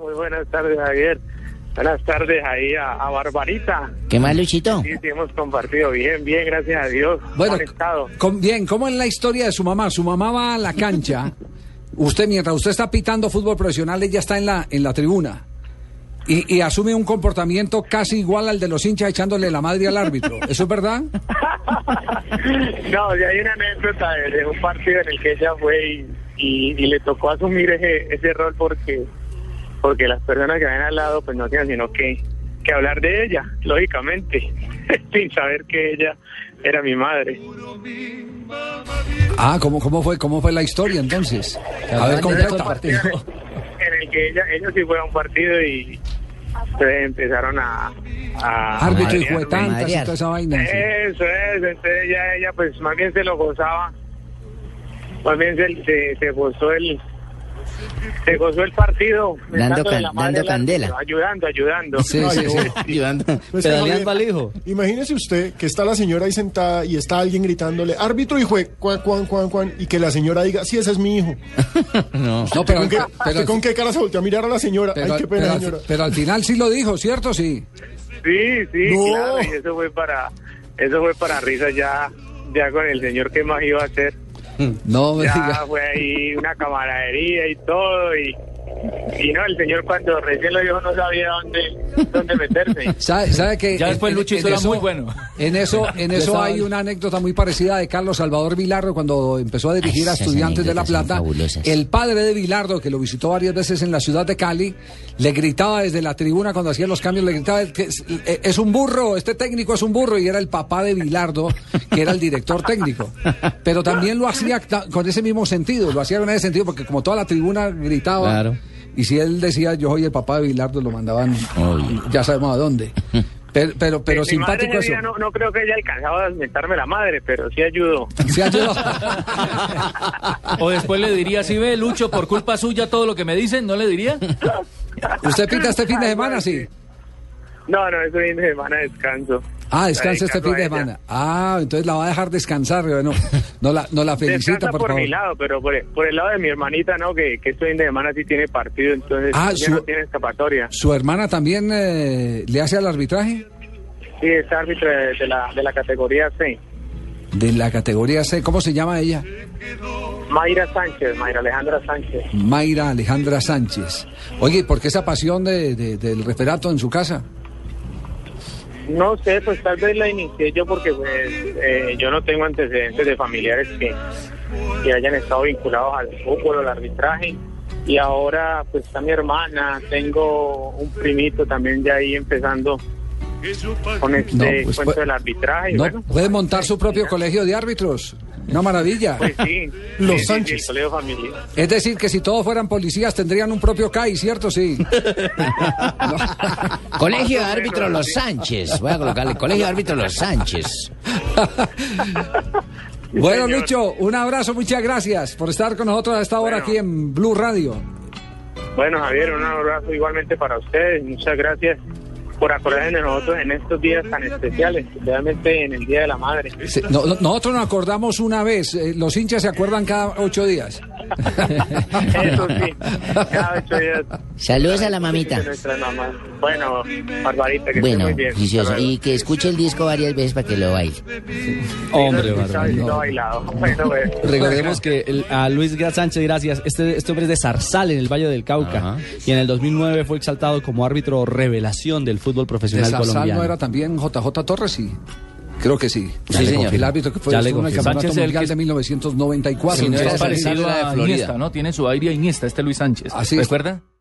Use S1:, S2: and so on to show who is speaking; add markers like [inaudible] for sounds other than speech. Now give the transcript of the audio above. S1: Muy buenas tardes, Javier. Buenas tardes ahí a, a Barbarita.
S2: ¿Qué más, Luchito?
S1: Sí, sí, hemos compartido bien, bien, gracias a Dios.
S3: Bueno,
S1: Conectado.
S3: com- bien, ¿cómo es la historia de su mamá? Su mamá va a la cancha.
S4: [laughs]
S3: Usted, mientras usted está pitando fútbol profesional, ella está en la, en la tribuna. Y, y asume un comportamiento casi igual al de los hinchas echándole la madre al
S4: [laughs]
S3: árbitro. ¿Eso es verdad?
S1: No, ya hay una anécdota de, de un partido en el que ella fue y, y- y le tocó asumir ese, ese rol porque porque las personas que ven al lado pues no tienen sino que, que hablar de ella, lógicamente, [laughs] sin saber que ella era mi madre.
S3: Ah, ¿cómo, cómo, fue, cómo fue la historia entonces? A ver, completa.
S1: En el que ella, ellos sí fue a un partido y entonces empezaron a... a
S3: [laughs] Árbitro y
S2: Madrear,
S3: juguetantas y
S2: madrear.
S3: toda esa vaina. sí.
S4: Eh.
S1: Eso es, entonces ya ella pues más bien se lo gozaba, más bien se, se, se gozó el se gozó el partido
S2: Dando
S1: echándole
S2: can-
S1: la madre
S2: dando
S1: al
S2: candela.
S1: árbitro, ayudando, ayudando.
S3: Sí, sí, sí.
S5: Ayudando.
S4: Pues,
S5: Pedaleando al
S4: Javier,
S5: hijo.
S4: Imagínese usted que está la señora ahí sentada y está alguien gritándole, árbitro y juez, cuan, cuan, cuan, cuan, y que la señora diga, sí, ese es mi hijo.
S5: No.
S3: No, pero,
S4: ¿Con qué,
S3: pero-
S4: ¿con qué cara se volteó a mirar a la señora?
S3: pero-
S4: Ay, qué pena,
S3: pero al-
S4: señora.
S3: pero al final sí lo dijo, ¿cierto? Sí.
S1: Sí, sí,
S4: No.
S1: claro, y eso fue para eso fue para risa ya ya con el señor que más iba a hacer.
S3: No me
S1: Ya
S3: diga.
S1: fue ahí una camaradería y todo y y no, el señor cuando recién lo dijo no sabía dónde dónde meterse.
S3: ¿Sabe, sabe que
S5: Ya después Luchito era
S3: eso-
S5: muy bueno.
S3: En
S5: [laughs]
S3: eso, en
S5: Ya
S3: eso
S5: estaba-
S3: hay una anécdota muy parecida de Carlos Salvador Vilardo cuando empezó a dirigir
S2: Ay,
S3: a
S2: esas
S3: estudiantes de La
S2: anécdotas son
S3: Plata.
S2: fabulosas.
S3: El padre de Vilardo, que lo visitó varias veces en la ciudad de Cali, le gritaba desde la tribuna cuando hacía los cambios, le gritaba que es, eh, es un burro, este técnico es un burro, y era el papá de Vilardo, que era el director técnico. Pero también lo hacía ta- con ese mismo sentido, lo hacía con ese sentido, porque como toda la tribuna gritaba.
S5: Claro.
S3: Y si él decía, yo soy el papá de Vilardo, lo mandaban,
S2: Oye.
S3: ya sabemos a dónde. Pero, pero, pero
S1: Mi madre
S3: simpático
S1: ese
S3: eso.
S1: día No, no creo que ella alcanzaba a mentarme la madre, pero sí ayudó.
S3: [laughs] Se ha llevado.
S5: O después le diría, si ve, Lucho, por culpa suya todo lo que me dicen, ¿no le diría?
S3: ¿Usted pinta este fin de semana, sí?
S1: No, no, este fin de semana descanso.
S3: Ah,
S1: La
S3: descansa este
S1: dedico
S3: fin de
S1: a ella.
S3: semana. Ah, entonces la va a dejar descansar, bueno, no la, no la felicita,
S1: Descansa
S3: por
S1: por,
S3: favor.
S1: mi lado, pero por el, por el lado de mi hermanita, ¿no? Que, que este fin de semana sí tiene partido, entonces
S3: Ah,
S1: ella
S3: su-
S1: no tiene escapatoria.
S3: ¿Su hermana también eh, le hace al arbitraje?
S1: Sí, es árbitro de, de la, de la categoría C.
S3: De la categoría C, ¿cómo se llama ella?
S1: Mayra Sánchez, Mayra Alejandra Sánchez.
S3: Mayra Alejandra Sánchez. Oye, ¿y ¿por qué esa pasión de- de- del referato en su casa?
S1: No sé, pues tal vez la inicié yo porque pues, eh, yo no tengo antecedentes de familiares que, que hayan estado vinculados al fútbol o al arbitraje. Y ahora pues está mi hermana, tengo un primito también ya ahí empezando con este
S3: No, pues,
S1: cuento
S3: pues,
S1: del arbitraje. y
S3: ¿No
S1: bueno,
S3: puede montar su propio
S1: ya.
S3: colegio de árbitros? Una maravilla.
S1: Pues
S3: [laughs]
S1: sí.
S4: Los
S1: sí, sí, sí,
S4: Sánchez.
S1: colegio familiar.
S3: Es decir, que si todos fueran policías tendrían un propio CAI, ¿cierto?
S5: [laughs]
S3: Sí.
S2: Colegio de Árbitro Los Sánchez. Voy a colocarle Colegio de Árbitro Los Sánchez.
S3: Bueno,
S1: señor.
S3: Lucho, un abrazo, muchas gracias por estar con nosotros a esta hora
S1: Bueno.
S3: aquí en Blue Radio.
S1: Bueno, Javier, un abrazo igualmente para ustedes. Muchas gracias por acordarse de nosotros en estos días tan especiales, especialmente en el Día de la Madre.
S3: Se- no- no- nosotros nos acordamos una vez, eh, los hinchas se acuerdan cada ocho días.
S1: Eso sí, cada ocho días.
S2: Saludos a la mamita.
S1: de nuestras mamás. Bueno, Barbarita, que esté
S2: Bueno,
S1: muy bien. Hasta
S2: juicioso.
S1: luego.
S2: Y que escuche el disco varias veces para que lo baile.
S5: Hombre,
S1: Sí,
S5: bárbaro.
S1: sí, todo bailado. Bueno, pues.
S5: Recordemos que el- a Luis Gra- Sánchez, gracias, este, este hombre es de Zarzal en el Valle del Cauca
S2: Ajá.
S5: y en el 2009 fue exaltado como árbitro revelación del fútbol
S3: ¿De
S5: profesional
S3: Zarzal
S5: colombiano.
S3: no era también JJ Torres? Sí, creo que sí.
S5: Ya le confirmo.
S3: El árbitro que fue
S5: Ya le
S3: estuvo en el Campeonato
S5: confirmo.
S6: Sánchez es el
S3: Mundial
S6: que-
S3: de 1994.
S6: Si no
S3: Entonces,
S6: era
S5: Entonces,
S6: parecido
S5: Zarzal
S6: a
S5: era
S6: Iniesta, ¿no? Tiene su aire a Iniesta, este Luis Sánchez.
S3: Así es.
S6: ¿Recuerda?